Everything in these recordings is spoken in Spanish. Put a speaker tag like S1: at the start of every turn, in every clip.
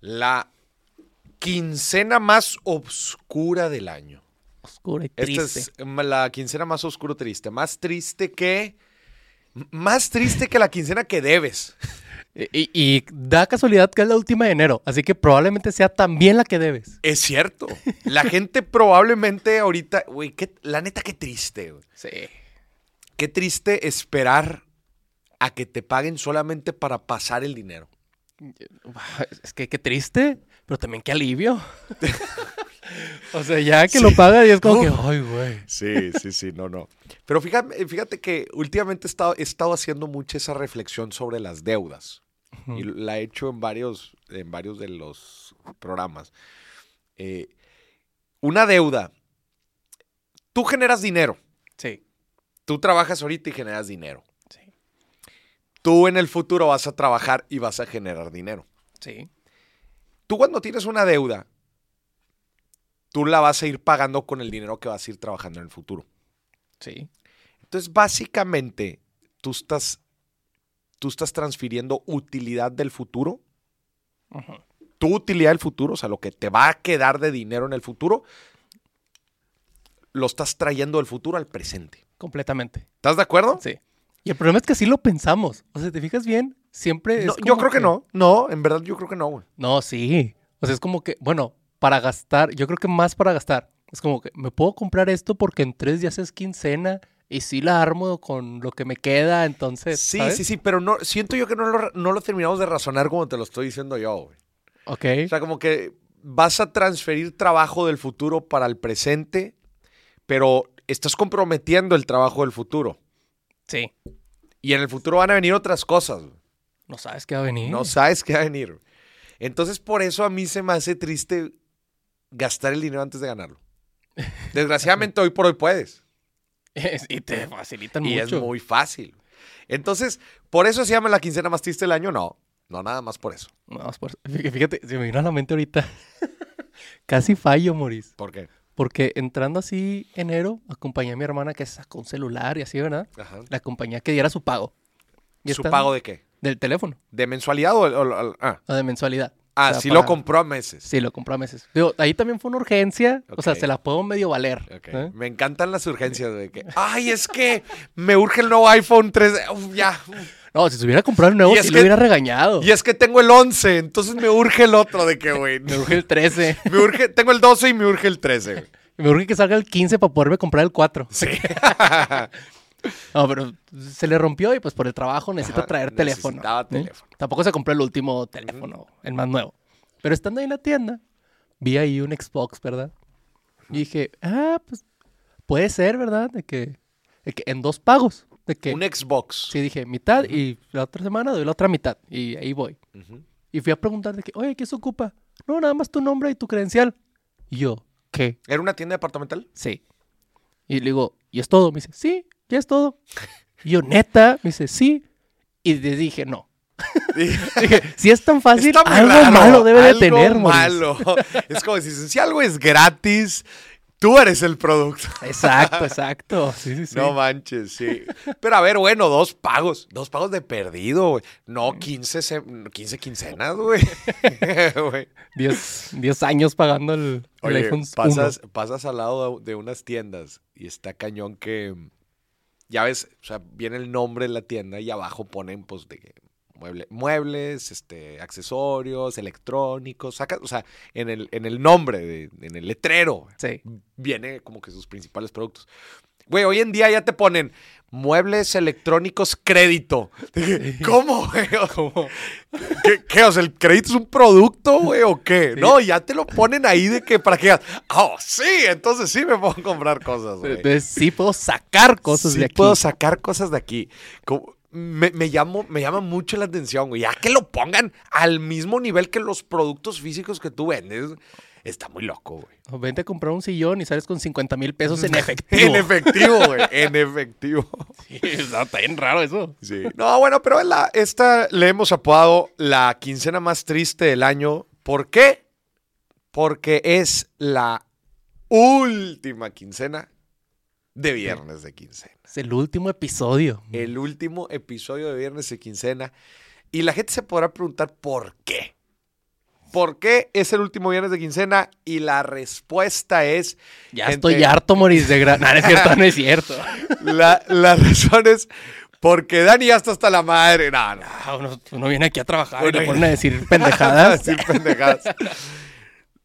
S1: La quincena más oscura del año.
S2: Oscura y
S1: Esta
S2: triste.
S1: es la quincena más oscura triste. Más triste que. Más triste que la quincena que debes.
S2: Y, y da casualidad que es la última de enero, así que probablemente sea también la que debes.
S1: Es cierto. La gente probablemente ahorita. Güey, qué- la neta, qué triste, güey.
S2: Sí.
S1: Qué triste esperar a que te paguen solamente para pasar el dinero.
S2: Es que qué triste, pero también qué alivio. o sea, ya que lo paga y es como que, ay, güey.
S1: Sí, sí, sí, no, no. Pero fíjate, eh, fíjate que últimamente he estado, he estado haciendo mucho esa reflexión sobre las deudas. Y la he hecho en varios, en varios de los programas. Eh, una deuda. Tú generas dinero.
S2: Sí,
S1: Tú trabajas ahorita y generas dinero.
S2: sí,
S1: Tú en el futuro vas a trabajar y vas a generar dinero.
S2: sí.
S1: Tú cuando tienes una deuda, tú la vas a ir pagando con el dinero que vas a ir trabajando en el futuro.
S2: Sí.
S1: Entonces, básicamente, tú estás, tú estás transfiriendo utilidad del futuro,
S2: Ujú.
S1: tu utilidad del futuro, o sea, lo que te va a quedar de dinero en el futuro, lo estás trayendo del futuro al presente.
S2: Completamente.
S1: ¿Estás de acuerdo?
S2: Sí. Y el problema es que así lo pensamos. O sea, ¿te fijas bien? Siempre es
S1: No,
S2: como
S1: yo creo que, no. No, en verdad yo creo que no, güey.
S2: No, sí. O sea, es como que, bueno, para gastar, yo creo que más para gastar. Es como que me puedo comprar esto porque en tres días es quincena y sí la armo con lo que me queda, entonces.
S1: Sí,
S2: ¿sabes?
S1: sí, sí, pero no, siento yo que no lo, no lo terminamos de razonar como te lo estoy diciendo yo, güey.
S2: Ok.
S1: O sea, como que vas a transferir trabajo del futuro para el presente, pero estás comprometiendo el trabajo del futuro.
S2: Sí.
S1: Y en el futuro van a venir otras cosas. güey.
S2: No sabes qué va a venir.
S1: No sabes qué va a venir. güey. Entonces, por eso a mí se me hace triste gastar el dinero antes de ganarlo. Desgraciadamente, hoy por hoy puedes.
S2: y te facilitan
S1: Y
S2: mucho.
S1: es muy fácil. Entonces, ¿por eso se llama la quincena más triste del año? No, no, nada más por eso.
S2: No, es por- fí- Fíjate, se me vino a la mente ahorita. Casi fallo, Moris.
S1: ¿Por qué?
S2: Porque entrando así enero, acompañé a mi hermana que sacó un celular y así, ¿verdad?
S1: Ajá.
S2: La acompañé a que diera su pago. Y
S1: ¿Su
S2: estando-
S1: pago de qué?
S2: Del teléfono,
S1: ¿De mensualidad o...? o- o- ah,
S2: o de mensualidad.
S1: Ah,
S2: O sea,
S1: sí
S2: para-
S1: lo compró a meses.
S2: Sí, lo compró a meses. Digo, ahí también fue una urgencia. O sea,
S1: Ok.
S2: se la puedo medio valer.
S1: Ok.
S2: ¿eh?
S1: Me encantan las urgencias de que, ay, es que me urge el nuevo iPhone 3, Uf, ya,
S2: No, si se hubiera comprado el nuevo,
S1: Y es
S2: sí
S1: que-
S2: lo hubiera regañado.
S1: Y es que tengo el 11, entonces me urge el otro de que, güey.
S2: Me urge el 13.
S1: Me urge, tengo el 12 y me urge el 13, güey.
S2: Me urge que salga el 15 para poderme comprar el 4.
S1: Sí.
S2: No, pero se le rompió y pues por el trabajo necesito
S1: Ajá,
S2: traer teléfono.
S1: necesitaba
S2: ¿eh?
S1: teléfono.
S2: Tampoco se compró el último teléfono, el más nuevo. Pero estando ahí en la tienda, vi ahí un Xbox, ¿verdad? Y dije, ah, pues puede ser, ¿verdad? De que, de que en dos pagos. De que,
S1: Un Xbox.
S2: sí, dije mitad y la otra semana doy la otra mitad. Y ahí voy.
S1: Ujú.
S2: Y fui a preguntar de que, oye, ¿qué se ocupa? No, nada más tu nombre y tu credencial. Y yo, ¿qué?
S1: ¿Era una tienda departamental?
S2: Sí. Y le digo, ¿y es todo? Me dice, sí, ya es todo. Y yo, neta, me dice, sí. Y le dije, no. Dije, si es tan fácil,
S1: Está muy
S2: algo
S1: raro,
S2: malo debe de
S1: algo
S2: tener, Moris".
S1: malo. Es como si, si algo es gratis, tú eres el producto.
S2: Exacto, exacto. Sí, sí, sí.
S1: No manches, sí. Pero a ver, bueno, dos pagos. Dos pagos de perdido, güey. No, 15, se- 15 quincenas, güey. Güey.
S2: diez, diez años pagando el, el
S1: Oye,
S2: iPhone 1.
S1: pasas, pasas al lado de unas tiendas y está cañón que, ya ves, o sea, viene el nombre de la tienda y abajo ponen, pues, de que mueble- muebles, este, accesorios, electrónicos, sacas, o sea, en el, en el nombre, de- en el letrero,
S2: Sí.
S1: viene como que sus principales productos. Güey, hoy en día ya te ponen muebles electrónicos crédito. Dije, ¿Cómo, güey?
S2: Como,
S1: ¿Qué, qué? O sea, ¿el crédito es un producto, güey, o qué?
S2: Sí.
S1: No, ya te lo ponen ahí de que para que digas, oh, sí, entonces sí me puedo comprar cosas, güey.
S2: entonces, sí puedo sacar cosas
S1: Sí
S2: de aquí.
S1: puedo sacar cosas de aquí. Como- me, me, llamo, me llama mucho la atención, güey. Ya que lo pongan al mismo nivel que los productos físicos que tú vendes, está muy loco, güey.
S2: O Vente a comprar un sillón y sales con 50 mil pesos en efectivo.
S1: En efectivo, güey. En efectivo.
S2: Sí, o sea, está bien raro eso.
S1: Sí. No, bueno, pero es la- esta le hemos apodado la quincena más triste del año. ¿Por qué? Porque es la última quincena de viernes de quincena.
S2: Es el último episodio.
S1: El último episodio de viernes de quincena. Y la gente se podrá preguntar por qué. ¿Por qué es el último viernes de quincena? Y la respuesta es...
S2: Ya
S1: gente,
S2: estoy harto, Moris, de gra- No, no es cierto, no es cierto.
S1: La, la razón es porque Dani ya está hasta la madre. No, no.
S2: Ah, uno, uno viene aquí a trabajar y
S1: Bueno,
S2: le
S1: y-
S2: ponen a decir pendejadas.
S1: Decir pendejadas.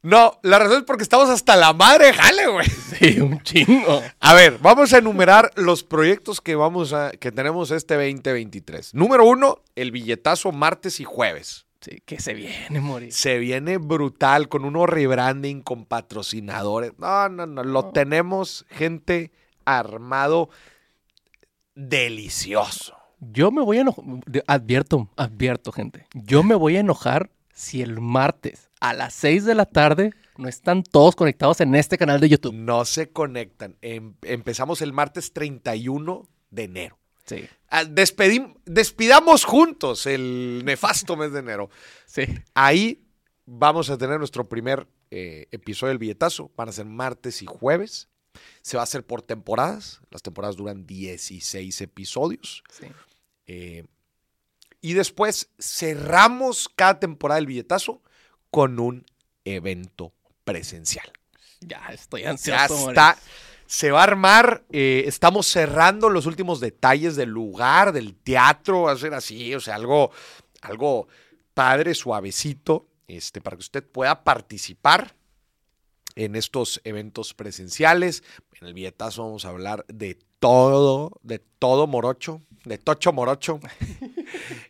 S1: No, la razón es porque estamos hasta la madre, de jale, güey.
S2: Sí, un chingo.
S1: A ver, vamos a enumerar los proyectos que, vamos a, que tenemos este 2023. Número uno, el billetazo martes y jueves.
S2: Sí, que se viene, Moris.
S1: Se viene brutal con un rebranding, con patrocinadores. No, no, no. Lo tenemos, gente, armado delicioso.
S2: Yo me voy a enojar. Advierto, advierto, gente. Yo me voy a enojar si el martes a las 6 de la tarde no están todos conectados en este canal de YouTube.
S1: No se conectan. Em- empezamos el martes 31 de enero.
S2: Sí,
S1: Ah, despedim- despidamos juntos el nefasto mes de enero.
S2: sí.
S1: Ahí vamos a tener nuestro primer eh, episodio del billetazo. Van a ser martes y jueves. Se va a hacer por temporadas. Las temporadas duran 16 episodios.
S2: sí.
S1: Eh, y después cerramos cada temporada del billetazo con un evento presencial.
S2: Ya estoy
S1: Ya
S2: ansioso, Moris.
S1: está. Se va a armar. eh, estamos cerrando los últimos detalles del lugar, del teatro. Va a ser así, o sea, algo, algo padre, suavecito, este, para que usted pueda participar en estos eventos presenciales. En el billetazo vamos a hablar de todo, de todo morocho, de tocho morocho.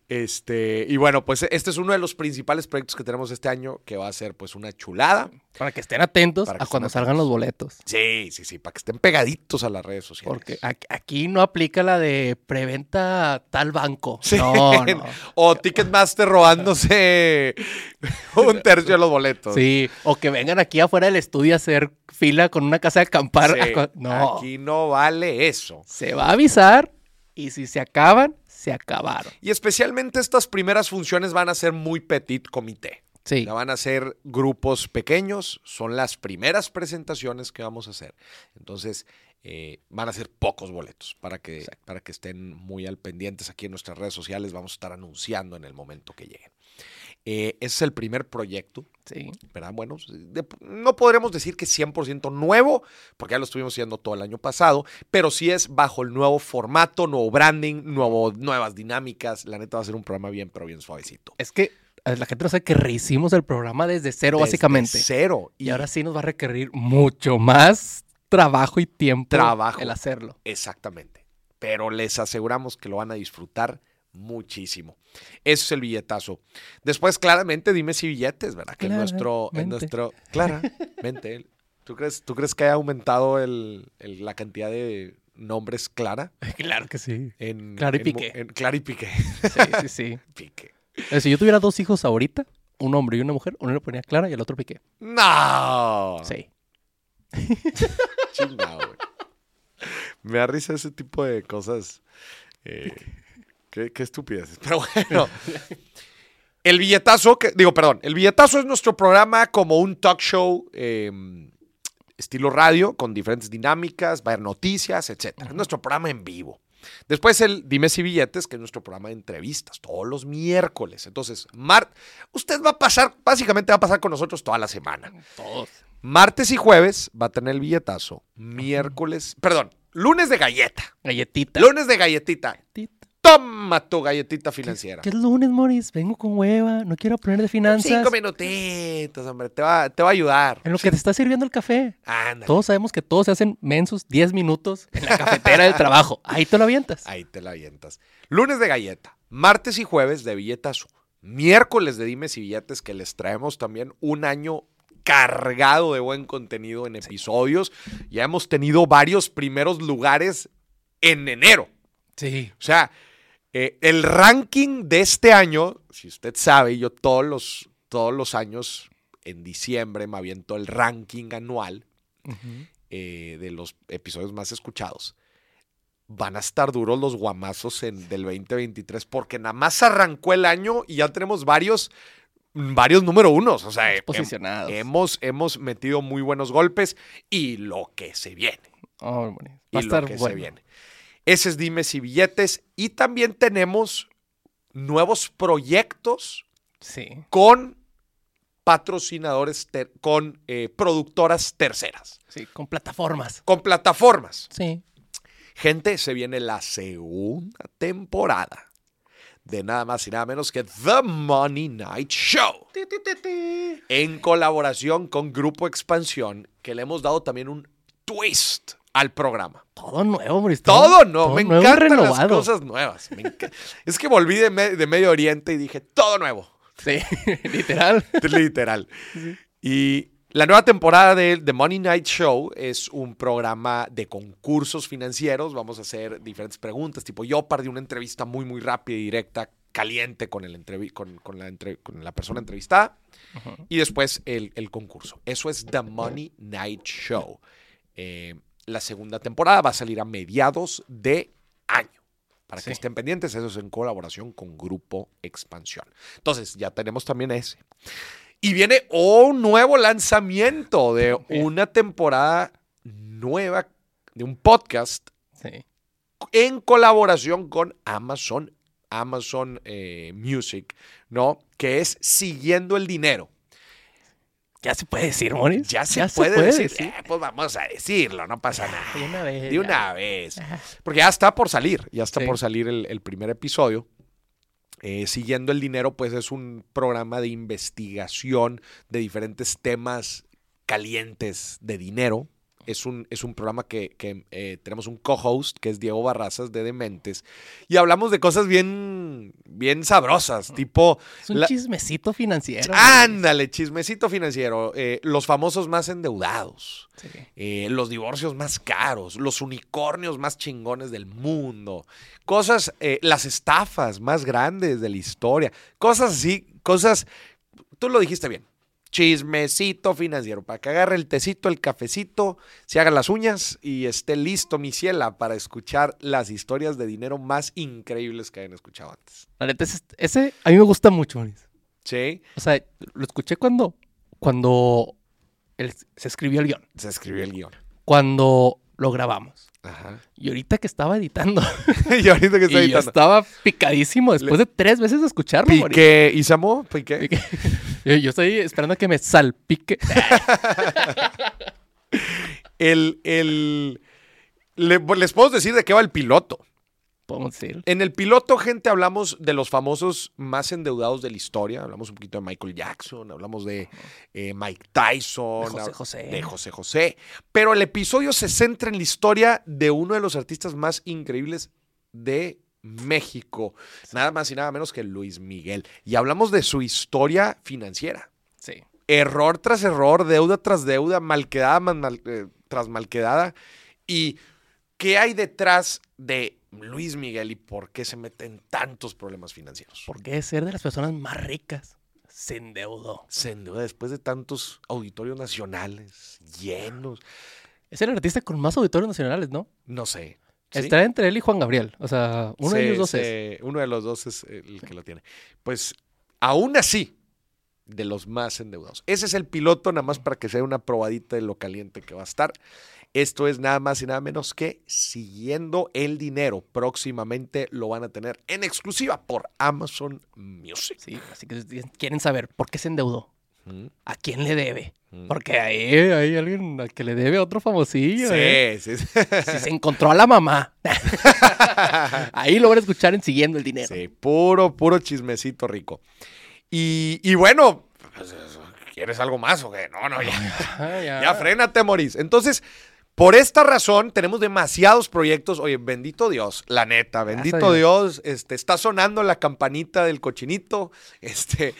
S1: Este, y bueno, pues este es uno de los principales proyectos que tenemos este año, que va a ser pues una chulada.
S2: Para que estén atentos
S1: Para que
S2: a cuando
S1: estén
S2: salgan los boletos.
S1: Sí, sí, sí, para que estén pegaditos a las redes sociales.
S2: Porque a- aquí no aplica la de preventa a tal banco.
S1: Sí.
S2: No, no.
S1: O Ticketmaster robándose un tercio de los boletos.
S2: Sí, o que vengan aquí afuera del estudio a hacer fila con una casa de acampar.
S1: Sí,
S2: ah, No,
S1: Aquí no vale eso.
S2: se va a avisar y si se acaban, se acabaron.
S1: Y especialmente estas primeras funciones van a ser muy petit comité.
S2: Sí,
S1: Ya van a ser grupos pequeños, son las primeras presentaciones que vamos a hacer. Entonces, eh, van a ser pocos boletos para que, para que estén muy al pendientes aquí en nuestras redes sociales. Vamos a estar anunciando en el momento que lleguen. Eh, ese es el primer proyecto.
S2: sí.
S1: ¿verdad? Bueno, pues, de- no podremos decir que 100% nuevo, porque ya lo estuvimos haciendo todo el año pasado, pero sí es bajo el nuevo formato, nuevo branding, nuevo, nuevas dinámicas. La neta va a ser un programa bien, pero bien suavecito.
S2: Es que eh, la gente no sabe que rehicimos el programa desde cero,
S1: Desde
S2: básicamente.
S1: Cero.
S2: Y ahora sí nos va a requerir mucho más trabajo y tiempo
S1: Trabajo.
S2: el hacerlo.
S1: Exactamente. Pero les aseguramos que lo van a disfrutar muchísimo. Ese es el billetazo. Después, claramente, dime si billetes, ¿verdad? Que en nuestro, en
S2: Claramente.
S1: nuestro. Claramente. ¿Tú crees, ¿Tú crees que haya aumentado el- el- la cantidad de nombres clara?
S2: Claro que sí.
S1: En,
S2: Claro y
S1: en-
S2: Piqué.
S1: en- claro y Piqué.
S2: Sí, sí, sí.
S1: Piqué.
S2: Eh, Si yo tuviera dos hijos ahorita, un hombre y una mujer, uno le ponía Clara y el otro Piqué.
S1: ¡No!
S2: Sí.
S1: Chingado, güey. Me da risa ese tipo de cosas. eh, qué, qué estupideces. Pero bueno. El billetazo, que, digo, perdón, el billetazo es nuestro programa como un talk show eh, estilo radio con diferentes dinámicas, va a haber noticias, etc. Es nuestro programa en vivo. Después el Dime si billetes, que es nuestro programa de entrevistas, todos los miércoles. Entonces, Mart, usted va a pasar, básicamente va a pasar con nosotros toda la semana.
S2: Todos.
S1: Martes y jueves va a tener el billetazo. Miércoles, perdón, lunes de galleta.
S2: Galletita.
S1: Lunes de galletita.
S2: Galletita.
S1: Toma tu galletita financiera.
S2: ¿Qué es lunes, Morris? Vengo con hueva, no quiero poner de finanzas.
S1: Cinco minutitos, hombre, te va, te va a ayudar.
S2: En lo que te está sirviendo el café.
S1: Ándale,
S2: Todos sabemos que todos se hacen mensos 10 minutos en la cafetera del trabajo. Ahí te lo avientas.
S1: ahí te la avientas. Lunes de galleta, martes y jueves de billetazo. Miércoles de dimes y billetes que les traemos también un año cargado de buen contenido en episodios. Ya hemos tenido varios primeros lugares en enero.
S2: Sí.
S1: O sea, eh, el ranking de este año, si usted sabe, yo todos los, todos los años en diciembre me aviento el ranking anual eh, de los episodios más escuchados. Van a estar duros los guamazos en, del 2023 porque nada más arrancó el año y ya tenemos varios, varios número unos. O sea, eh,
S2: Posicionados.
S1: hemos, hemos metido muy buenos golpes y lo que se viene
S2: Oh, Morris. Va
S1: y
S2: a estar
S1: lo que se
S2: bueno.
S1: viene. Ese es Dimes y Billetes. Y también tenemos nuevos proyectos
S2: Sí.
S1: con patrocinadores ter- con eh, productoras terceras,
S2: Sí, con plataformas.
S1: con plataformas.
S2: Sí.
S1: Gente, se viene la segunda temporada de nada más y nada menos que The Money Night Show. En colaboración con Grupo Expansión, que le hemos dado también un twist al programa.
S2: Todo nuevo, Mauricio.
S1: Todo no, me
S2: nuevo y
S1: encantan las cosas nuevas. me enca- es que volví de, Me- de Medio Oriente y dije, todo nuevo,
S2: Sí, literal.
S1: literal. Y la nueva temporada de The Money Night Show es un programa de concursos financieros. Vamos a hacer diferentes preguntas, tipo yo perdí una entrevista muy, muy rápida y directa, caliente con, el entrevi- con, con la, entre- con la persona entrevistada. Y después el, el concurso. Eso es The Money Night Show. Eh, la segunda temporada va a salir a mediados de año. Para
S2: Sí.
S1: que estén pendientes, eso es en colaboración con Grupo Expansión. Entonces, ya tenemos también ese. Y viene un nuevo lanzamiento de
S2: Bien.
S1: una temporada nueva de un podcast
S2: Sí.
S1: en colaboración con Amazon, Amazon eh, Music, ¿no? Que es Siguiendo el Dinero.
S2: Ya se puede decir, Moris.
S1: Ya se, puede, decir, eh, pues vamos a decirlo, no pasa nada.
S2: De una vez.
S1: De
S2: ya.
S1: una vez. Porque ya está por salir, ya está
S2: Sí.
S1: por salir el, el primer episodio. Eh, siguiendo el dinero, pues es un programa de investigación de diferentes temas calientes de dinero. Es un, es un programa que, que, eh, tenemos un co-host que es Diego Barrazas de Dementes. Y hablamos de cosas bien, bien sabrosas, tipo
S2: Es un
S1: la- Ah,
S2: chismecito financiero. Ah, Moris.
S1: Ándale, chismecito financiero. eh, los famosos más endeudados.
S2: Sí.
S1: eh, los divorcios más caros. Los unicornios más chingones del mundo. Cosas, eh, las estafas más grandes de la historia. Cosas así, cosas. Tú lo dijiste bien. Chismecito financiero, para que agarre el tecito, el cafecito, se haga las uñas y esté listo, mi ciela, para escuchar las historias de dinero más increíbles que hayan escuchado antes.
S2: La neta, ese, ese a mí me gusta mucho, Moris.
S1: Sí,
S2: O sea, lo escuché cuando, cuando el- se escribió el guión.
S1: se escribió el guión.
S2: Cuando lo grabamos.
S1: Ajá.
S2: Y ahorita que estaba editando.
S1: y ahorita que está
S2: y yo
S1: editando.
S2: estaba picadísimo después de tres veces de escucharlo, Moris.
S1: Piqué, ¿y Samo? Piqué.
S2: Piqué. Yo, yo estoy esperando a que me salpique.
S1: El, el, le- les puedo decir de qué va el piloto.
S2: Podemos decir.
S1: En el piloto, gente, hablamos de los famosos más endeudados de la historia. Hablamos un poquito de Michael Jackson, hablamos de eh, Mike Tyson,
S2: De José
S1: hab-
S2: José.
S1: de José José. Pero el episodio se centra en la historia de uno de los artistas más increíbles de México. Nada más y nada menos que Luis Miguel. Y hablamos de su historia financiera.
S2: Sí.
S1: error tras error, deuda tras deuda, malquedada más mal- eh, tras malquedada. ¿Y qué hay detrás de Luis Miguel y por qué se mete en tantos problemas financieros?
S2: ¿Por qué ser de las personas más ricas se endeudó?
S1: Se endeuda después de tantos auditorios nacionales llenos,
S2: Es el artista con más auditorios nacionales, ¿no?
S1: no sé. ¿sí?
S2: Está entre él y Juan Gabriel. O sea, uno de
S1: Se-
S2: ellos dos es.
S1: se- Uno de los dos es el que lo tiene. Pues aún así, de los más endeudados. Ese es el piloto, nada más para que sea una probadita de lo caliente que va a estar. Esto es nada más y nada menos que siguiendo el dinero. Próximamente lo van a tener en exclusiva por Amazon Music.
S2: Sí, así que si quieren saber por qué se endeudó.
S1: Mm,
S2: ¿A quién le debe?
S1: mm.
S2: Porque ahí hay alguien a que le debe a otro famosillo. ¿eh?
S1: Sí, sí, sí.
S2: Si se encontró a la mamá. ahí lo van a escuchar en Siguiendo el Dinero.
S1: Sí, puro, puro chismecito rico. Y, y bueno, pues, ¿quieres algo más o qué? No, no, ya.
S2: Ah,
S1: Ya frénate, Moris. Entonces, por esta razón, tenemos demasiados proyectos. Oye, bendito Dios, la neta, bendito
S2: a
S1: Dios. Este, está sonando la campanita del cochinito. Este,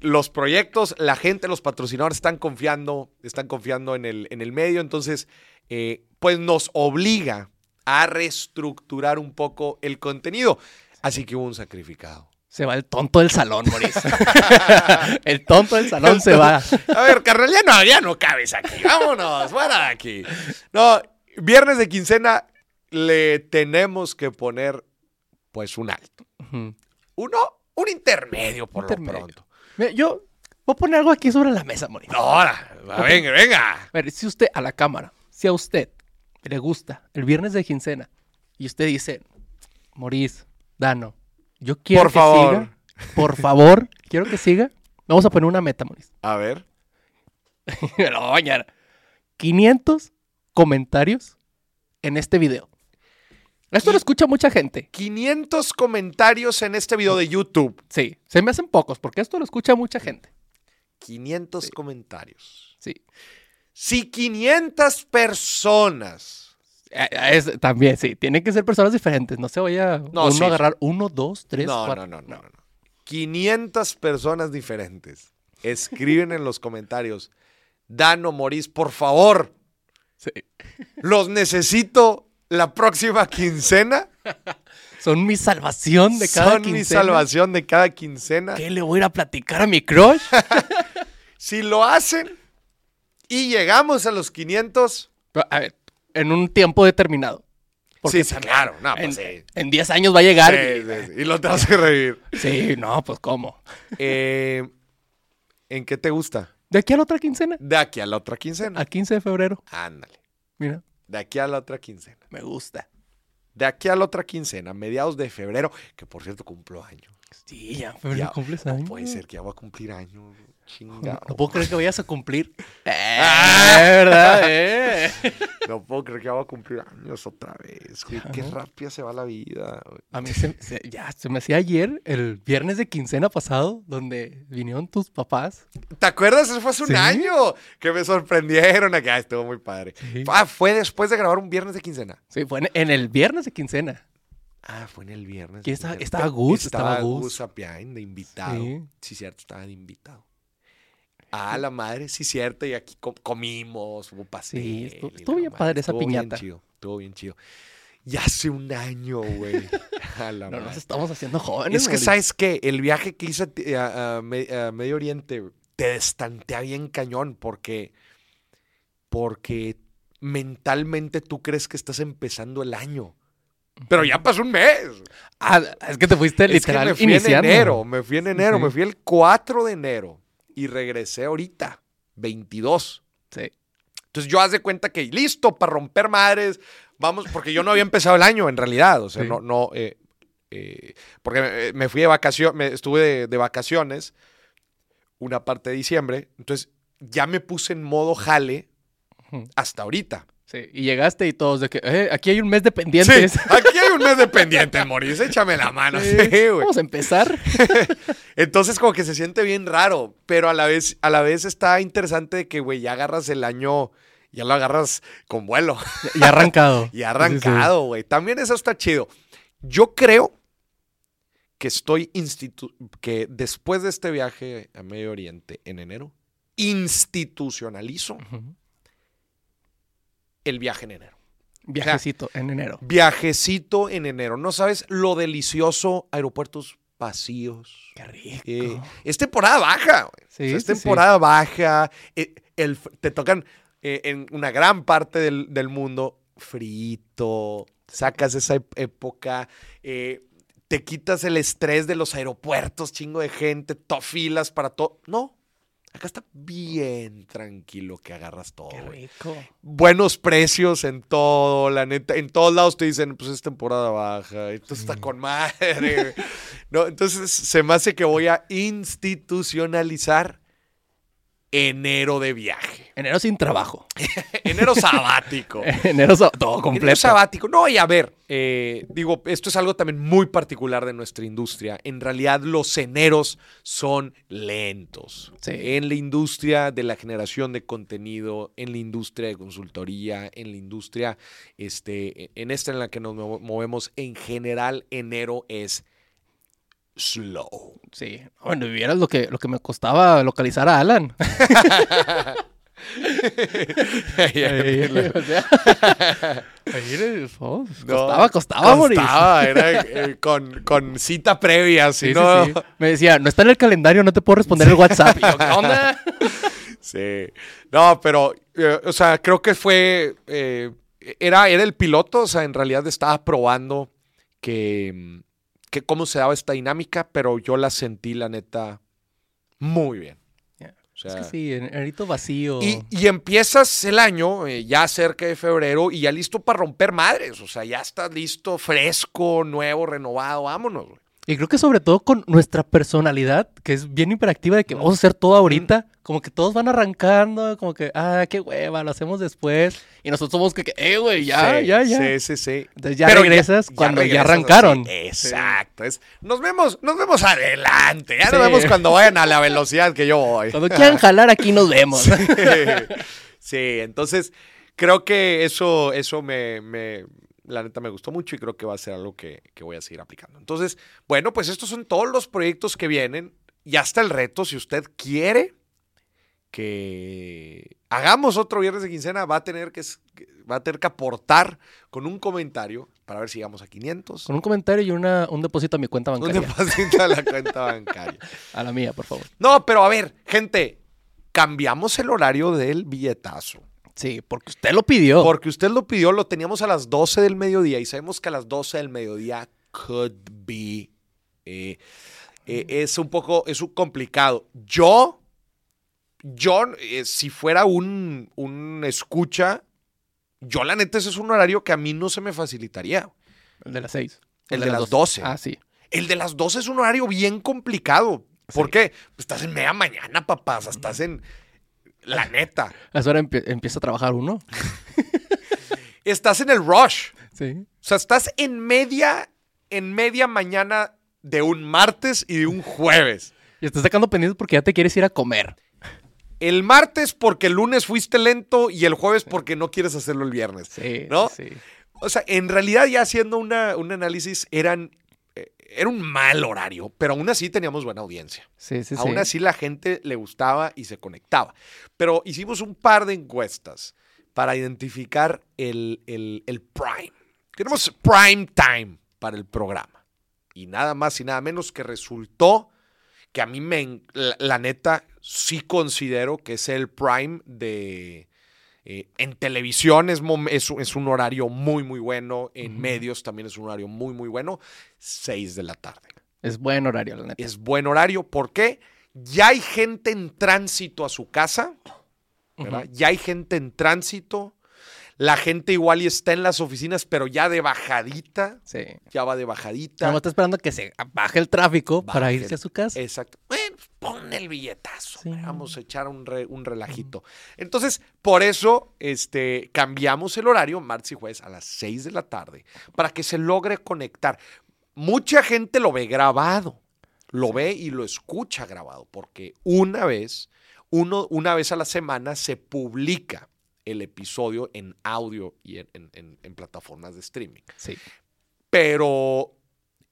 S1: los proyectos, la gente, los patrocinadores están confiando, están confiando en el, en el medio. Entonces, eh, pues nos obliga a reestructurar un poco el contenido. Así que hubo un sacrificado.
S2: Se va el tonto del salón, Maurice. el tonto del salón se va.
S1: A ver, carnal, ya no, ya no cabes aquí. Vámonos, fuera de aquí. No, viernes de quincena le tenemos que poner, pues, un alto.
S2: Ujú.
S1: Uno, un intermedio, por
S2: Intermedio.
S1: lo pronto.
S2: Mira, yo voy a poner algo aquí sobre la mesa, Maurice.
S1: No, ahora, va, venga, venga.
S2: A ver, si usted, a la cámara, si a usted le gusta el viernes de quincena y usted dice, Maurice, Dano, yo quiero
S1: Por
S2: que
S1: favor.
S2: siga, por favor, quiero que siga Vamos a poner una meta, Moniz.
S1: A ver.
S2: Me la voy a bañar. 500 comentarios en este video. Esto lo escucha mucha gente.
S1: 500 comentarios en este video de YouTube.
S2: Sí, se me hacen pocos porque esto lo escucha mucha gente.
S1: 500 comentarios.
S2: Sí.
S1: Si 500 personas.
S2: Eh, eh, es- también, sí. Tienen que ser personas diferentes. No se vaya uno
S1: sí.
S2: a agarrar uno, dos, tres,
S1: No,
S2: cuatro.
S1: no, no, no, no, no. 500 personas diferentes escriben en los comentarios. Dano Morís, por favor,
S2: Sí.
S1: los necesito la próxima quincena.
S2: Son mi salvación de cada
S1: Son mi
S2: quincena.
S1: salvación de cada quincena.
S2: ¿Qué le voy a ir a platicar a mi crush?
S1: Si lo hacen y llegamos a los 500.
S2: Pero, a ver, en un tiempo determinado.
S1: Sí, sí, claro. No,
S2: en,
S1: pues sí.
S2: en 10 años va a llegar.
S1: Sí, sí, sí. Y lo te hace reír.
S2: y- Sí, no, pues cómo.
S1: Eh, ¿En qué te gusta?
S2: De aquí a la otra quincena.
S1: De aquí a la otra quincena.
S2: A 15 de febrero.
S1: Ándale.
S2: Mira,
S1: De aquí a la otra quincena.
S2: me gusta.
S1: De aquí a la otra quincena, mediados de febrero, que por cierto cumplo año.
S2: Sí, ya, febrero
S1: Ya,
S2: cumples
S1: no
S2: años.
S1: Puede ser que ya voy a cumplir año.
S2: No,
S1: Chingado.
S2: Mm. no puedo creer que vayas a cumplir. Eh,
S1: Ah.
S2: ¿Verdad? eh.
S1: No puedo creer que ya voy a cumplir años otra vez. güey. Qué rápida se va la vida. güey.
S2: A mí se, se- ya se me hacía ayer, el viernes de quincena pasado, donde vinieron tus papás.
S1: ¿Te acuerdas? Eso fue hace un
S2: Sí.
S1: año que me sorprendieron. Acá estuvo muy padre.
S2: Sí.
S1: Ah, fue después de grabar un viernes de quincena.
S2: Sí, fue en, en el viernes de quincena.
S1: Ah, fue en el viernes.
S2: Que
S1: de
S2: estaba-
S1: quincena.
S2: estaba
S1: Pero
S2: Gus, estaba
S1: Estaba
S2: Gus.
S1: Gus Sapiain de invitado.
S2: Sí.
S1: Sí. cierto, estaba de invitado. Ah, la madre, sí, cierto. Y aquí co- comimos, hubo pastel.
S2: Sí, estu-
S1: y
S2: estuvo
S1: la
S2: bien
S1: madre,
S2: padre esa
S1: estuvo bien
S2: piñata.
S1: chido, estuvo bien chido. Y hace un año, güey. A la
S2: No
S1: madre.
S2: nos estamos haciendo jóvenes.
S1: Es que,
S2: Mauricio.
S1: ¿sabes qué? El viaje que hice a ti- a, a Me- a Medio Oriente güey, te destantea bien cañón porque, porque mentalmente tú crees que estás empezando el año. Pero ya pasó un mes.
S2: Ah, es que te fuiste
S1: Es que
S2: literal
S1: me fui en
S2: iniciando.
S1: enero, me fui en enero,
S2: Sí.
S1: me fui el 4 de enero y regresé ahorita, 22.
S2: Sí.
S1: Entonces yo haz de cuenta que listo para romper madres, vamos, porque yo no había empezado el año en realidad, o sea,
S2: Sí.
S1: no, no, eh, eh, porque me, me fui de vacaciones, estuve de, de vacaciones una parte de diciembre, entonces ya me puse en modo jale
S2: Ujú.
S1: hasta ahorita.
S2: Sí, y llegaste y todos de que, eh, aquí hay un mes de pendientes.
S1: Sí, aquí hay un mes de pendiente, Moris, échame la mano. Sí, güey.
S2: Vamos a empezar.
S1: Entonces como que se siente bien raro, pero a la vez, a la vez está interesante de que, güey, ya agarras el año, ya lo agarras con vuelo
S2: y arrancado.
S1: y arrancado, güey. También eso está chido. Yo creo que estoy institu que después de este viaje a Medio Oriente en enero, institucionalizo
S2: Ujú.
S1: el viaje en enero.
S2: Viajecito en enero.
S1: Viajecito en enero. No sabes lo delicioso aeropuertos vacíos.
S2: Qué rico.
S1: Eh, es temporada baja, güey. O sea, es
S2: Sí, sí, sí.
S1: temporada baja. eh, el f- te tocan eh, en una gran parte del, del mundo frito. Sacas esa ep- época. eh, te quitas el estrés de los aeropuertos, chingo de gente, to filas para todo. No. Acá está bien tranquilo que agarras todo.
S2: Qué
S1: güey.
S2: rico.
S1: Buenos precios en todo, la neta. En todos lados te dicen, pues es temporada baja. Entonces está con madre. güey. No, entonces se me hace que voy a institucionalizar enero de viaje.
S2: Enero sin trabajo.
S1: Enero sabático.
S2: enero so- todo
S1: Enero
S2: completo.
S1: sabático. No, y a ver, eh, digo, esto es algo también muy particular de nuestra industria. En realidad, los eneros son lentos.
S2: Sí.
S1: En la industria de la generación de contenido, en la industria de consultoría, en la industria, este, en esta en la que nos mo- movemos, en general, enero es slow.
S2: Sí. Bueno, y vieras lo que, lo que me costaba localizar a Alan. Eh, o sea, ayer, oh, costaba, costaba, morir.
S1: Costaba, era eh, con, con cita previa, si
S2: Sí, sí,
S1: no.
S2: sí. Me decía, no está en el calendario, no te puedo responder el WhatsApp. Y yo, ¿qué onda?
S1: Sí. No, pero, eh, o sea, creo que fue. eh, era, era el piloto, o sea, en realidad estaba probando que, mm, que cómo se daba esta dinámica, pero yo la sentí, la neta, muy bien.
S2: Ya.
S1: O sea,
S2: Es que sí, en- enero vacío.
S1: Y, y empiezas el año, eh, ya cerca de febrero, y ya listo para romper madres. O sea, ya estás listo, fresco, nuevo, renovado, vámonos. güey.
S2: Y creo que sobre todo con nuestra personalidad, que es bien hiperactiva, de que vamos a hacer todo ahorita, como que todos van arrancando, como que, ah, qué hueva, lo hacemos después. Y nosotros somos que, que, eh, güey, ya,
S1: Sí,
S2: ya, ya.
S1: Sí, sí, sí.
S2: Entonces ya
S1: Pero
S2: regresas cuando ya
S1: regresas
S2: arrancaron.
S1: así. Exacto. es, nos vemos, nos vemos adelante. Ya nos
S2: Sí.
S1: vemos cuando vayan a la velocidad que yo voy.
S2: Cuando quieran jalar, aquí nos vemos.
S1: sí, entonces creo que eso, eso me, me- la neta me gustó mucho y creo que va a ser algo que, que voy a seguir aplicando. Entonces, bueno, pues estos son todos los proyectos que vienen. Ya está el reto, si usted quiere que hagamos otro viernes de quincena, va a tener que, s- que- va a tener que aportar con un comentario para ver si llegamos a 500.
S2: Con un comentario y una, un depósito a mi cuenta
S1: Un
S2: bancaria.
S1: depósito a la cuenta bancaria.
S2: A la mía, por favor.
S1: No, pero a ver, gente, cambiamos el horario del billetazo.
S2: Sí, porque usted lo pidió.
S1: Porque usted lo pidió, lo teníamos a las 12 del mediodía y sabemos que a las 12 del mediodía could be. eh, eh, es un poco, es un complicado. Yo, yo, eh, si fuera un, un escucha, yo la neta ese es un horario que a mí no se me facilitaría.
S2: El de las 6.
S1: El de las 12.
S2: Ah, sí.
S1: El de las 12 es un horario bien complicado. ¿Por
S2: Sí.
S1: qué? Pues estás en media mañana, papás, estás en... La neta.
S2: A esa hora empie- empieza a trabajar uno.
S1: Estás en el rush. O
S2: Sí.
S1: sea, estás en media, en media mañana de un martes y de un jueves.
S2: Y estás sacando pendientes porque ya te quieres ir a comer.
S1: El martes porque el lunes fuiste lento y el jueves porque no quieres hacerlo el viernes.
S2: Sí.
S1: ¿No?
S2: Sí.
S1: O sea, en realidad ya haciendo una- un análisis eran, eh, era un mal horario, pero aún así teníamos buena audiencia.
S2: Sí, sí, sí.
S1: aún así la gente le gustaba y se conectaba. Pero hicimos un par de encuestas para identificar el, el- el prime. Tenemos prime time para el programa. Y nada más y nada menos que resultó que a mí, me, en- la, la neta, sí considero que es el prime de... eh, en televisión es, mom- es un- es un horario muy, muy bueno. En medios también es un horario muy, muy bueno. Seis de la tarde
S2: Es buen horario, la neta.
S1: es buen horario. ¿Por qué? Ya hay gente en tránsito a su casa, ¿verdad? Ya hay gente en tránsito. La gente igual y está en las oficinas, pero ya de bajadita.
S2: Sí.
S1: Ya va de bajadita.
S2: Nada más está esperando que se baje el tráfico
S1: Baje
S2: para
S1: el-
S2: irse a su casa.
S1: Exacto. Bueno, pues, pon el billetazo.
S2: Sí.
S1: hombre, Vamos a echar un, re- un relajito. Entonces, por eso este, cambiamos el horario, martes y jueves, a las 6 de la tarde, para que se logre conectar. Mucha gente lo ve grabado, lo ve y lo escucha grabado, porque una vez, uno, una vez a la semana se publica el episodio en audio y en- en- en- en plataformas de streaming
S2: Sí.
S1: pero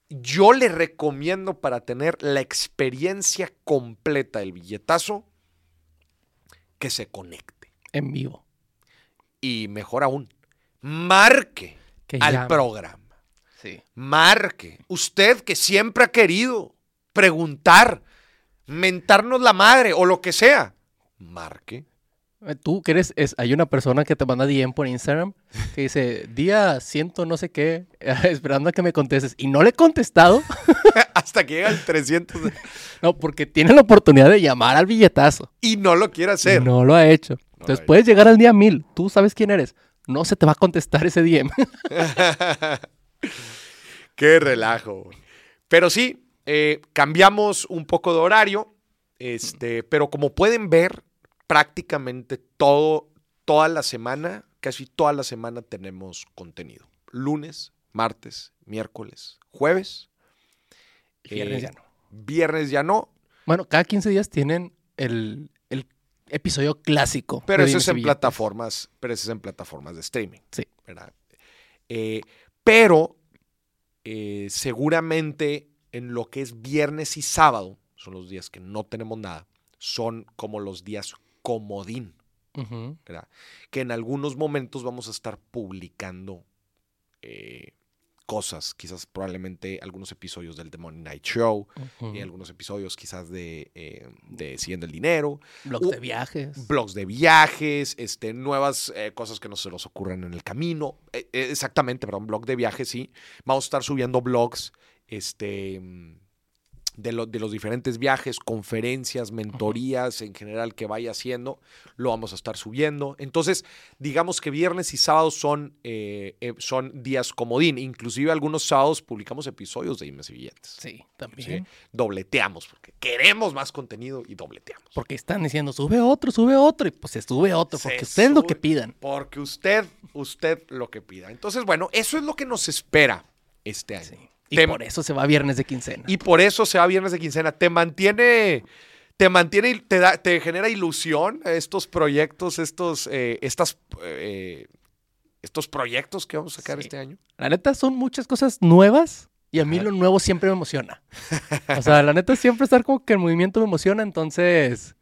S1: yo le recomiendo para tener la experiencia completa del billetazo que se conecte.
S2: En vivo.
S1: Y mejor aún, marque
S2: Que
S1: al
S2: llame.
S1: programa.
S2: Sí.
S1: Marque. Usted que siempre ha querido preguntar, mentarnos la madre o lo que sea, marque.
S2: Eh, Tú que eres, es, hay una persona que te manda DM por Instagram que dice, día siento no sé qué, esperando a que me contestes. Y no le he contestado,
S1: Hasta que llega el 300 de-
S2: no, porque tiene la oportunidad de llamar al billetazo.
S1: y no lo quiere hacer.
S2: No lo ha hecho. Entonces
S1: ha hecho.
S2: puedes llegar al día mil, tú sabes quién eres. No se te va a contestar ese DM.
S1: Qué relajo. güey. Pero sí, eh, cambiamos un poco de horario, este, pero como pueden ver, prácticamente todo, toda la semana, casi toda la semana tenemos contenido. Lunes, martes, miércoles, jueves, Eh,
S2: Viernes ya no.
S1: viernes ya no,
S2: Bueno, cada 15 días tienen el, el episodio clásico.
S1: pero
S2: de
S1: eso
S2: Dimes
S1: es
S2: y
S1: en
S2: Billetes.
S1: plataformas, pero eso es en plataformas de streaming.
S2: Sí.
S1: ¿verdad? Eh, pero eh, seguramente en lo que es viernes y sábado, son los días que no tenemos nada, son como los días comodín,
S2: Ujú.
S1: ¿verdad? que en algunos momentos vamos a estar publicando eh, cosas, quizás probablemente algunos episodios del The Monday Night Show,
S2: Ujú.
S1: y algunos episodios quizás de, eh, de Siguiendo el Dinero,
S2: Blogs de
S1: u-
S2: viajes.
S1: blogs de viajes, este, nuevas eh, cosas que no se nos ocurren en el camino. Eh, eh, exactamente, perdón, blog de viajes, sí. Vamos a estar subiendo blogs, este, mm, de, lo- de los diferentes viajes, conferencias, mentorías en general que vaya haciendo, lo vamos a estar subiendo. Entonces, digamos que viernes y sábados son, eh, eh, son días comodín. Inclusive algunos sábados publicamos episodios de Imes y Billetes.
S2: Sí,
S1: ¿sí?
S2: también.
S1: Dobleteamos, porque queremos más contenido y dobleteamos.
S2: Porque están diciendo, sube otro, sube otro. Y pues se sube otro,
S1: Se
S2: porque ustedes lo que
S1: sube.
S2: pidan.
S1: Porque usted, usted lo que pida. Entonces, bueno, eso es lo que nos espera este año.
S2: Sí. Y
S1: Te-
S2: por eso se va viernes de quincena.
S1: y por eso se va viernes de quincena. Te mantiene, te mantiene, te, da- te genera ilusión estos proyectos, estos, eh, estas, eh, estos proyectos que vamos a sacar
S2: Sí.
S1: este año.
S2: La neta son muchas cosas nuevas y a mí
S1: Ajá.
S2: lo nuevo siempre me emociona. O sea, la neta siempre estar como que el movimiento me emociona, entonces.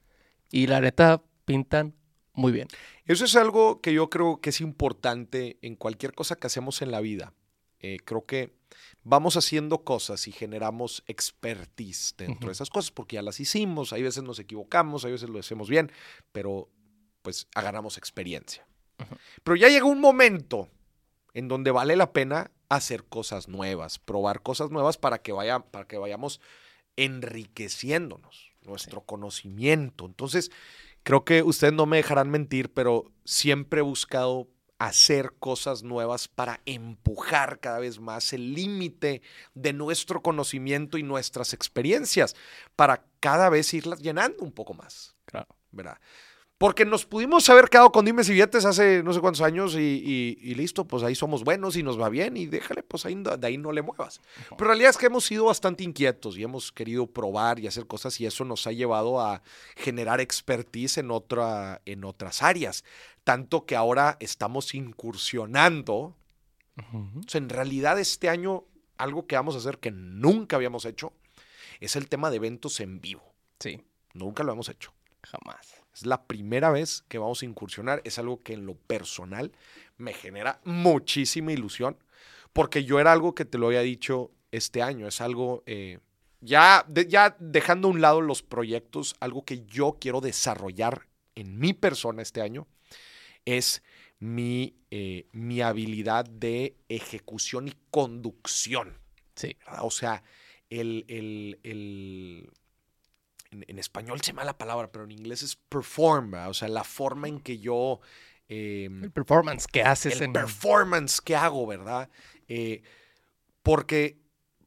S2: Y la neta pintan muy bien.
S1: Eso es algo que yo creo que es importante en cualquier cosa que hacemos en la vida. Eh, creo que vamos haciendo cosas y generamos expertise dentro
S2: Ujú.
S1: de esas cosas porque ya las hicimos, hay veces nos equivocamos, hay veces lo hacemos bien, pero pues agarramos experiencia.
S2: Ujú.
S1: Pero ya llega un momento en donde vale la pena hacer cosas nuevas, probar cosas nuevas para que, vaya, para que vayamos enriqueciéndonos, nuestro conocimiento. Entonces, creo que ustedes no me dejarán mentir, pero siempre he buscado hacer cosas nuevas para empujar cada vez más el límite de nuestro conocimiento y nuestras experiencias, para cada vez irlas llenando un poco más,
S2: Claro.
S1: ¿verdad? Porque nos pudimos haber quedado con dimes y billetes hace no sé cuántos años y, y- y listo, pues ahí somos buenos y nos va bien y déjale, pues ahí, no- de ahí no le muevas. Pero la realidad es que hemos sido bastante inquietos y hemos querido probar y hacer cosas y eso nos ha llevado a generar expertise en, otra, en otras áreas. Tanto que ahora estamos incursionando. O sea, en realidad este año algo que vamos a hacer que nunca habíamos hecho es el tema de eventos en vivo.
S2: Sí,
S1: Nunca lo hemos hecho.
S2: jamás.
S1: Es la primera vez que vamos a incursionar. Es algo que en lo personal me genera muchísima ilusión. Porque yo era algo que te lo había dicho este año. Es algo, eh, ya, de- ya dejando a un lado los proyectos, algo que yo quiero desarrollar en mi persona este año es mi, eh, mi habilidad de ejecución y conducción.
S2: Sí.
S1: ¿verdad? O sea, el, el- el- en, en español se llama la palabra, pero en inglés es perform, ¿verdad? o sea, la forma en que yo, eh,
S2: El performance que haces
S1: el
S2: en.
S1: performance que hago, ¿verdad? Eh, porque,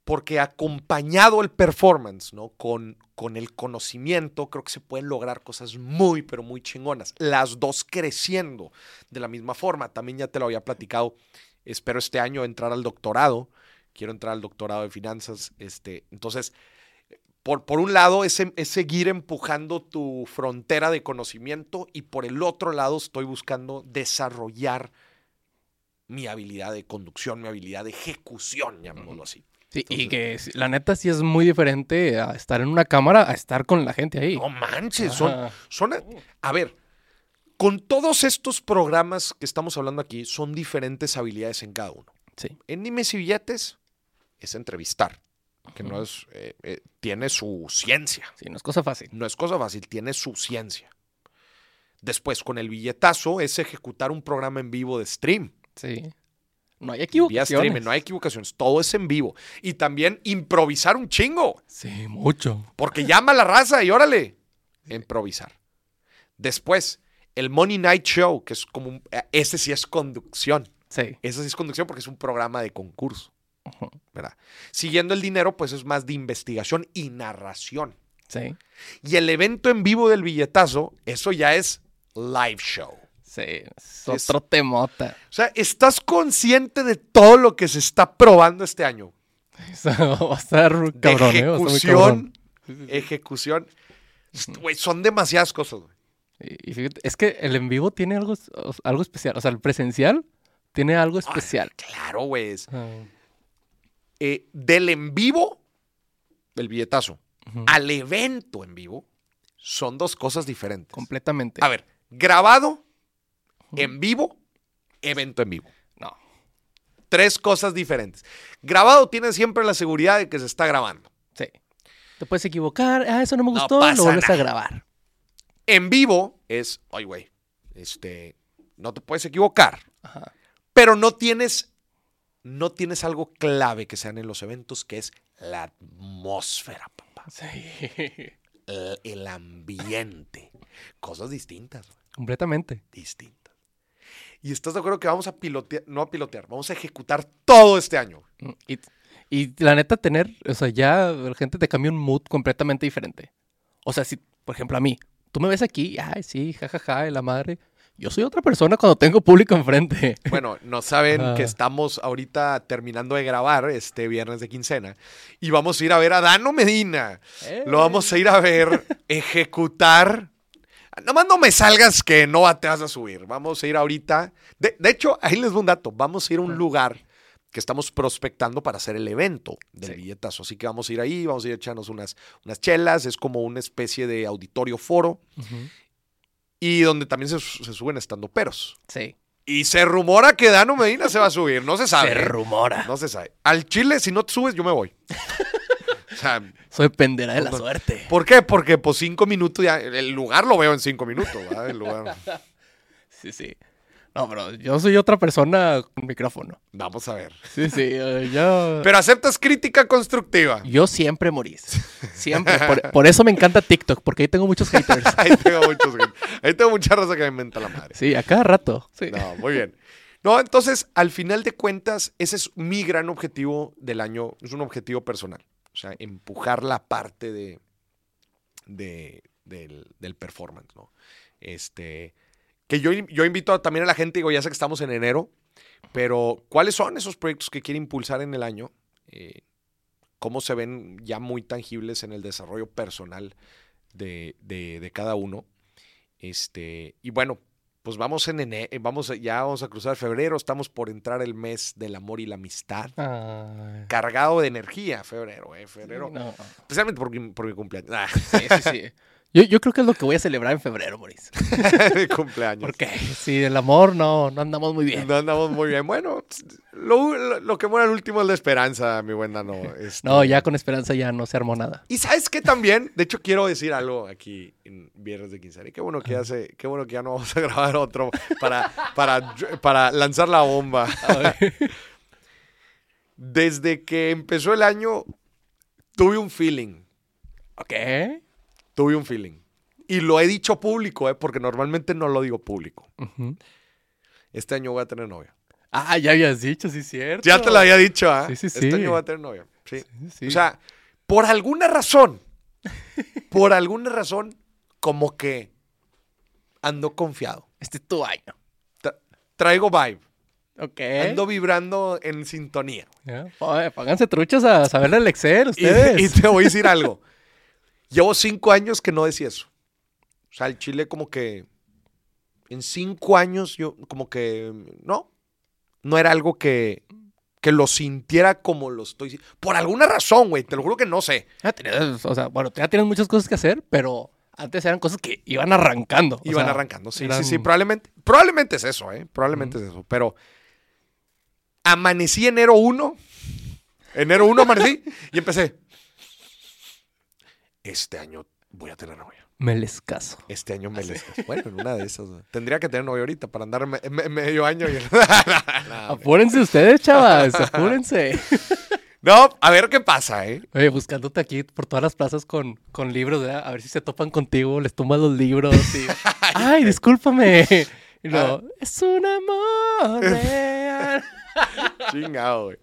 S1: porque acompañado el performance, ¿no? Con, con el conocimiento, creo que se pueden lograr cosas muy, pero muy chingonas. Las dos creciendo de la misma forma. También ya te lo había platicado. Espero este año entrar al doctorado. Quiero entrar al doctorado de finanzas. Este, entonces, por, por un lado es, em- es seguir empujando tu frontera de conocimiento y por el otro lado estoy buscando desarrollar mi habilidad de conducción, mi habilidad de ejecución, llamémoslo así.
S2: Sí, y
S1: Entonces-
S2: que sí, la neta sí es muy diferente a estar en una cámara a estar con la gente ahí.
S1: No manches, son,
S2: Ajá.
S1: son... A ver, con todos estos programas que estamos hablando aquí, son diferentes habilidades en cada uno.
S2: Sí.
S1: En Nimes y Billetes es entrevistar, que no es... eh, eh, tiene su ciencia.
S2: Sí, no es cosa fácil.
S1: No es cosa fácil, tiene su ciencia. Después, con el billetazo, es ejecutar un programa en vivo de stream.
S2: Sí. No hay
S1: Vía
S2: equivocaciones.
S1: streaming, no hay equivocaciones, todo es en vivo. Y también improvisar un chingo,
S2: Sí, mucho.
S1: porque llama a la raza y órale, improvisar. Después, el Money Night Show, que es como, un- eh, ese sí es conducción.
S2: Sí.
S1: Ese sí es conducción porque es un programa de concurso,
S2: Ujú.
S1: ¿verdad? Siguiendo el dinero, pues es más de investigación y narración.
S2: Sí.
S1: Y el evento en vivo del billetazo, eso ya es live show. O
S2: Sí. Es
S1: Es-
S2: otro temota.
S1: sea, estás consciente de todo lo que se está probando este año.
S2: Eso va a estar
S1: De
S2: cabrón, ¿eh? Va a estar muy cabrón.
S1: ejecución, ejecución. Güey, son demasiadas cosas, güey.
S2: Y- y fíjate, es que el en vivo tiene algo, es- o- algo especial. O sea, el presencial tiene algo especial.
S1: Claro, güey. es,
S2: Ah,
S1: eh, del en vivo, del billetazo,
S2: ujú.
S1: al evento en vivo, son dos cosas diferentes.
S2: Completamente.
S1: A ver, grabado, en vivo, evento en vivo.
S2: No.
S1: Tres cosas diferentes. Grabado tiene siempre la seguridad de que se está grabando.
S2: Sí. Te puedes equivocar. Ah, eso no me
S1: No
S2: gustó.
S1: pasa
S2: lo vuelves
S1: nada.
S2: a grabar.
S1: En vivo es, ay, güey, este, no te puedes equivocar,
S2: Ajá.
S1: pero no tienes, no tienes algo clave que sean en los eventos, que es la atmósfera, papá.
S2: Sí.
S1: el, eh, el ambiente. Cosas distintas, güey,
S2: Completamente.
S1: distintas. Y estás de acuerdo que vamos a pilotear, no a pilotear, vamos a ejecutar todo este año. güey.
S2: Mm, Y, y la neta, tener, o sea, ya la gente te cambia un mood completamente diferente. O sea, si, por ejemplo, a mí, tú me ves aquí, ay, sí, jajaja, de la madre. Yo soy otra persona cuando tengo público enfrente.
S1: Bueno, no saben que
S2: Ah.
S1: estamos ahorita terminando de grabar este viernes de quincena y vamos a ir a ver a Dano Medina. Lo vamos a ir a ver ejecutar. Nomás no me salgas que no te vas a subir. Vamos a ir ahorita. De, de hecho, ahí les doy un dato. Vamos a ir a un lugar que estamos prospectando para hacer el evento del
S2: Sí.
S1: billetazo. Así que vamos a ir ahí, vamos a ir a echarnos unas, unas chelas. Es como una especie de auditorio foro
S2: Ujú.
S1: y donde también se, se suben estando peros.
S2: Sí.
S1: Y se rumora que Dano Medina se va a subir. No se sabe. ¿eh?
S2: Se rumora.
S1: No se sabe. Al Chile, si no te subes, yo me voy. o sea,
S2: Eso dependerá de la
S1: No, no.
S2: suerte.
S1: ¿Por qué? Porque pues cinco minutos ya, el lugar lo veo en cinco minutos, ¿verdad? El lugar.
S2: Sí, sí. No, pero yo soy otra persona con micrófono.
S1: Vamos a ver.
S2: Sí, sí. eh, yo...
S1: Pero aceptas crítica constructiva.
S2: Yo siempre morís. Siempre. Por, por eso me encanta TikTok, porque ahí tengo muchos haters.
S1: Ahí tengo muchos, ahí tengo mucha raza que me inventa la madre.
S2: Sí, a cada rato. Sí.
S1: No, muy bien. No, entonces, al final de cuentas, ese es mi gran objetivo del año, es un objetivo personal. O sea, empujar la parte de, de- del, del performance, ¿no? Este, que yo, yo invito a- también a la gente, digo, ya sé que estamos en enero, pero ¿cuáles son esos proyectos que quiere impulsar en el año? Eh, ¿Cómo se ven ya muy tangibles en el desarrollo personal de, de- de cada uno? Este, y bueno, pues vamos en ene- eh, vamos a- ya vamos a cruzar febrero, estamos por entrar el mes del amor y la amistad.
S2: Ay,
S1: Cargado de energía, febrero, eh, febrero.
S2: no.
S1: Especialmente por mi, por mi cumpleaños. Ah,
S2: Sí, sí, sí. Yo, yo creo que es lo que voy a celebrar en febrero, Maurice.
S1: mi cumpleaños.
S2: Porque si el amor no, no andamos muy bien.
S1: No andamos muy bien. Bueno, pues, lo, lo- lo que muere al último es la esperanza, mi buen Dano. Este,
S2: No, ya con esperanza ya no se armó nada.
S1: Y sabes que también, de hecho, quiero decir algo aquí en Viernes de Quincena. Y Qué bueno que ya se- qué bueno que ya no vamos a grabar otro para, para, para lanzar la bomba. Desde que empezó el año, tuve un feeling.
S2: Ok.
S1: Tuve un feeling. Y lo he dicho público, ¿eh? porque normalmente no lo digo público.
S2: Ujú.
S1: Este año voy a tener novia.
S2: Ah, ya habías dicho, sí, cierto.
S1: Ya te lo había dicho, ¿ah?
S2: Sí, sí, sí.
S1: Este año voy a tener novia. Sí.
S2: Sí, sí.
S1: O sea, por alguna razón, por alguna razón, como que ando confiado.
S2: este es tu año.
S1: Tra- traigo vibe.
S2: Ok.
S1: Ando vibrando en sintonía.
S2: Ya. Oye, pónganse truchas a saberle el Excel
S1: Y,
S2: ustedes.
S1: y te voy a decir algo. Llevo cinco años que no decía eso. O sea, el Chile como que... En cinco años yo como que... No. No era algo que... Que lo sintiera como lo estoy... si- Por alguna razón, güey. Te lo juro que no sé.
S2: Ya tenías, o sea, bueno, ya tienes muchas cosas que hacer, pero antes eran cosas que iban arrancando. o
S1: Iban
S2: sea,
S1: arrancando. Sí,
S2: eran-
S1: sí, sí. Probablemente, probablemente es eso, ¿eh? Probablemente es eso. Pero amanecí enero 1. Enero 1 amanecí y empecé. Este año voy a tener novia.
S2: Me les caso.
S1: Este año
S2: ¿Ah,
S1: me les... Bueno, en una de esas. ¿no? Tendría que tener novia ahorita para andar me- me- medio año. y-
S2: Apúrense ustedes, chavas, apúrense.
S1: no, a ver qué pasa, ¿eh?
S2: Oye, buscándote aquí por todas las plazas con, con libros, ¿verdad? A ver si se topan contigo, les tomas los libros y... ¡Ay, discúlpame! Y luego, es un amor real.
S1: Chingado, güey.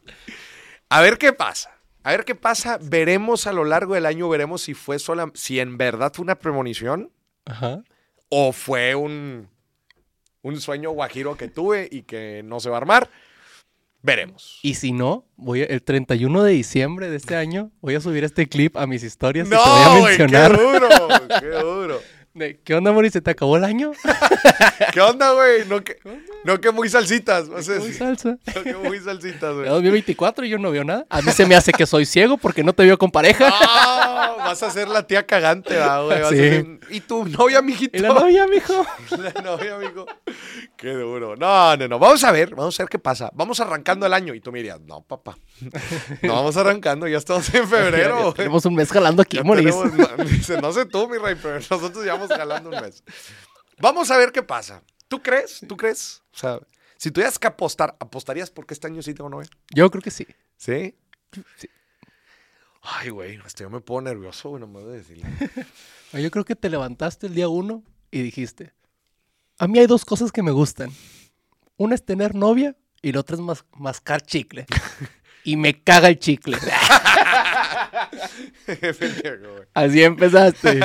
S1: A ver qué pasa. A ver qué pasa. Veremos a lo largo del año, veremos si fue sola, si en verdad fue una premonición
S2: Ajá.
S1: o fue un, un sueño guajiro que tuve y que no se va a armar. Veremos.
S2: Y si no, voy a- el 31 de diciembre de este año voy a subir este clip a mis historias y te
S1: No,
S2: voy a
S1: güey, qué
S2: mencionar.
S1: duro, qué duro.
S2: de, ¿Qué onda, Mori? ¿Se te acabó el año?
S1: ¿Qué onda, güey? No que, no que muy salsitas, o sea,
S2: Uy,
S1: sí,
S2: salsa.
S1: no que muy salsitas,
S2: De
S1: güey.
S2: 2024 y yo no veo nada. A mí se me hace que soy ciego porque no te veo con pareja.
S1: Ah, vas a ser la tía cagante, va, güey. vas a
S2: Sí.
S1: ser- Y tu novia, mijito.
S2: Y la novia, mijo.
S1: La novia, amigo. Qué duro. No, no, no. Vamos a ver, vamos a ver qué pasa. Vamos arrancando el año. Y tú me dirías, no, papá. No vamos arrancando, ya estamos en
S2: Ya- ya
S1: febrero.
S2: Tenemos un mes jalando aquí,
S1: Ya
S2: Moris.
S1: tenemos- no, dice, no sé tú, mi rey, pero nosotros llevamos jalando un mes. Vamos a ver qué pasa. ¿Tú crees? ¿Tú crees? O sea, si tuvieras que apostar, ¿apostarías porque este año sí tengo novia?
S2: Yo creo que sí.
S1: ¿Sí? Ay, güey, hasta yo me pongo nervioso, güey, nomás de decirle.
S2: Yo creo que te levantaste el día uno y dijiste, a mí hay dos cosas que me gustan. Una es tener novia y la otra es mas- mascar chicle. y me caga el chicle.
S1: Pendejo, güey.
S2: Así empezaste.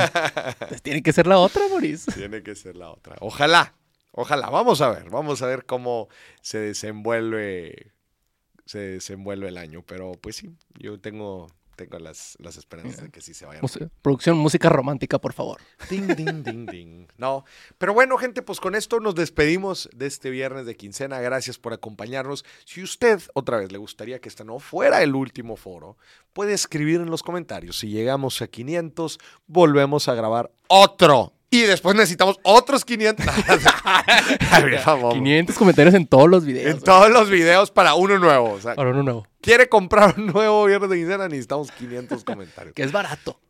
S2: Pues tiene que ser la otra, Boris.
S1: Tiene que ser la otra. Ojalá, ojalá. Vamos a ver, vamos a ver cómo se desenvuelve, se desenvuelve el año. Pero pues sí, yo tengo, tengo las, las esperanzas de que sí se vayan.
S2: No sé, producción, música romántica, por favor.
S1: Ding, ding, ding, ding. No, pero bueno, gente, pues con esto nos despedimos de este viernes de quincena. Gracias por acompañarnos. Si usted otra vez le gustaría que este no fuera el último foro, puede escribir en los comentarios. Si llegamos a 500, volvemos a grabar otro. Y después necesitamos otros 500. Ay, bien, vamos.
S2: 500 comentarios en todos los videos.
S1: En todos los videos para uno nuevo. O sea,
S2: Ahora uno nuevo.
S1: quiere comprar un nuevo viernes de quincena, necesitamos 500 comentarios.
S2: Que es barato.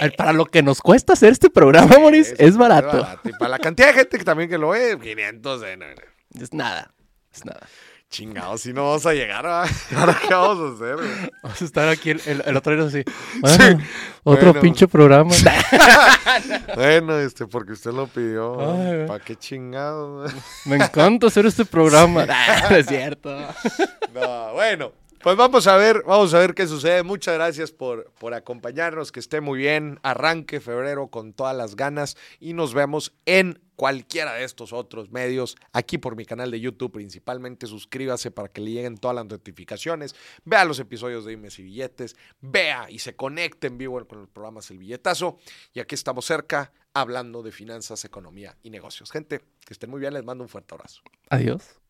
S2: A ver, Para lo que nos cuesta hacer este programa, Boris,
S1: Eso,
S2: es barato.
S1: Y para la cantidad de gente que también que lo ve, 500 de... no, no.
S2: Es nada. Es nada.
S1: Chingados, si no vamos a llegar a... Ahora, ¿Qué vamos a hacer? güey?
S2: Vamos a estar aquí el, el- el otro día así. "Bueno, otro
S1: bueno.
S2: pinche programa.
S1: Bueno, este, porque usted lo pidió.
S2: Ay, güey.
S1: ¿Para qué chingados? güey?
S2: Me encanta hacer este programa. Ah, no es cierto.
S1: No, bueno, pues vamos a ver, vamos a ver qué sucede. Muchas gracias por, por acompañarnos, que esté muy bien. Arranque febrero con todas las ganas y nos vemos en cualquiera de estos otros medios, aquí por mi canal de YouTube principalmente, suscríbase para que le lleguen todas las notificaciones, vea los episodios de Imes y Billetes, vea y se conecte en vivo con el programa El Billetazo, y aquí estamos cerca hablando de finanzas, economía y negocios. Gente, que estén muy bien, les mando un fuerte abrazo.
S2: Adiós.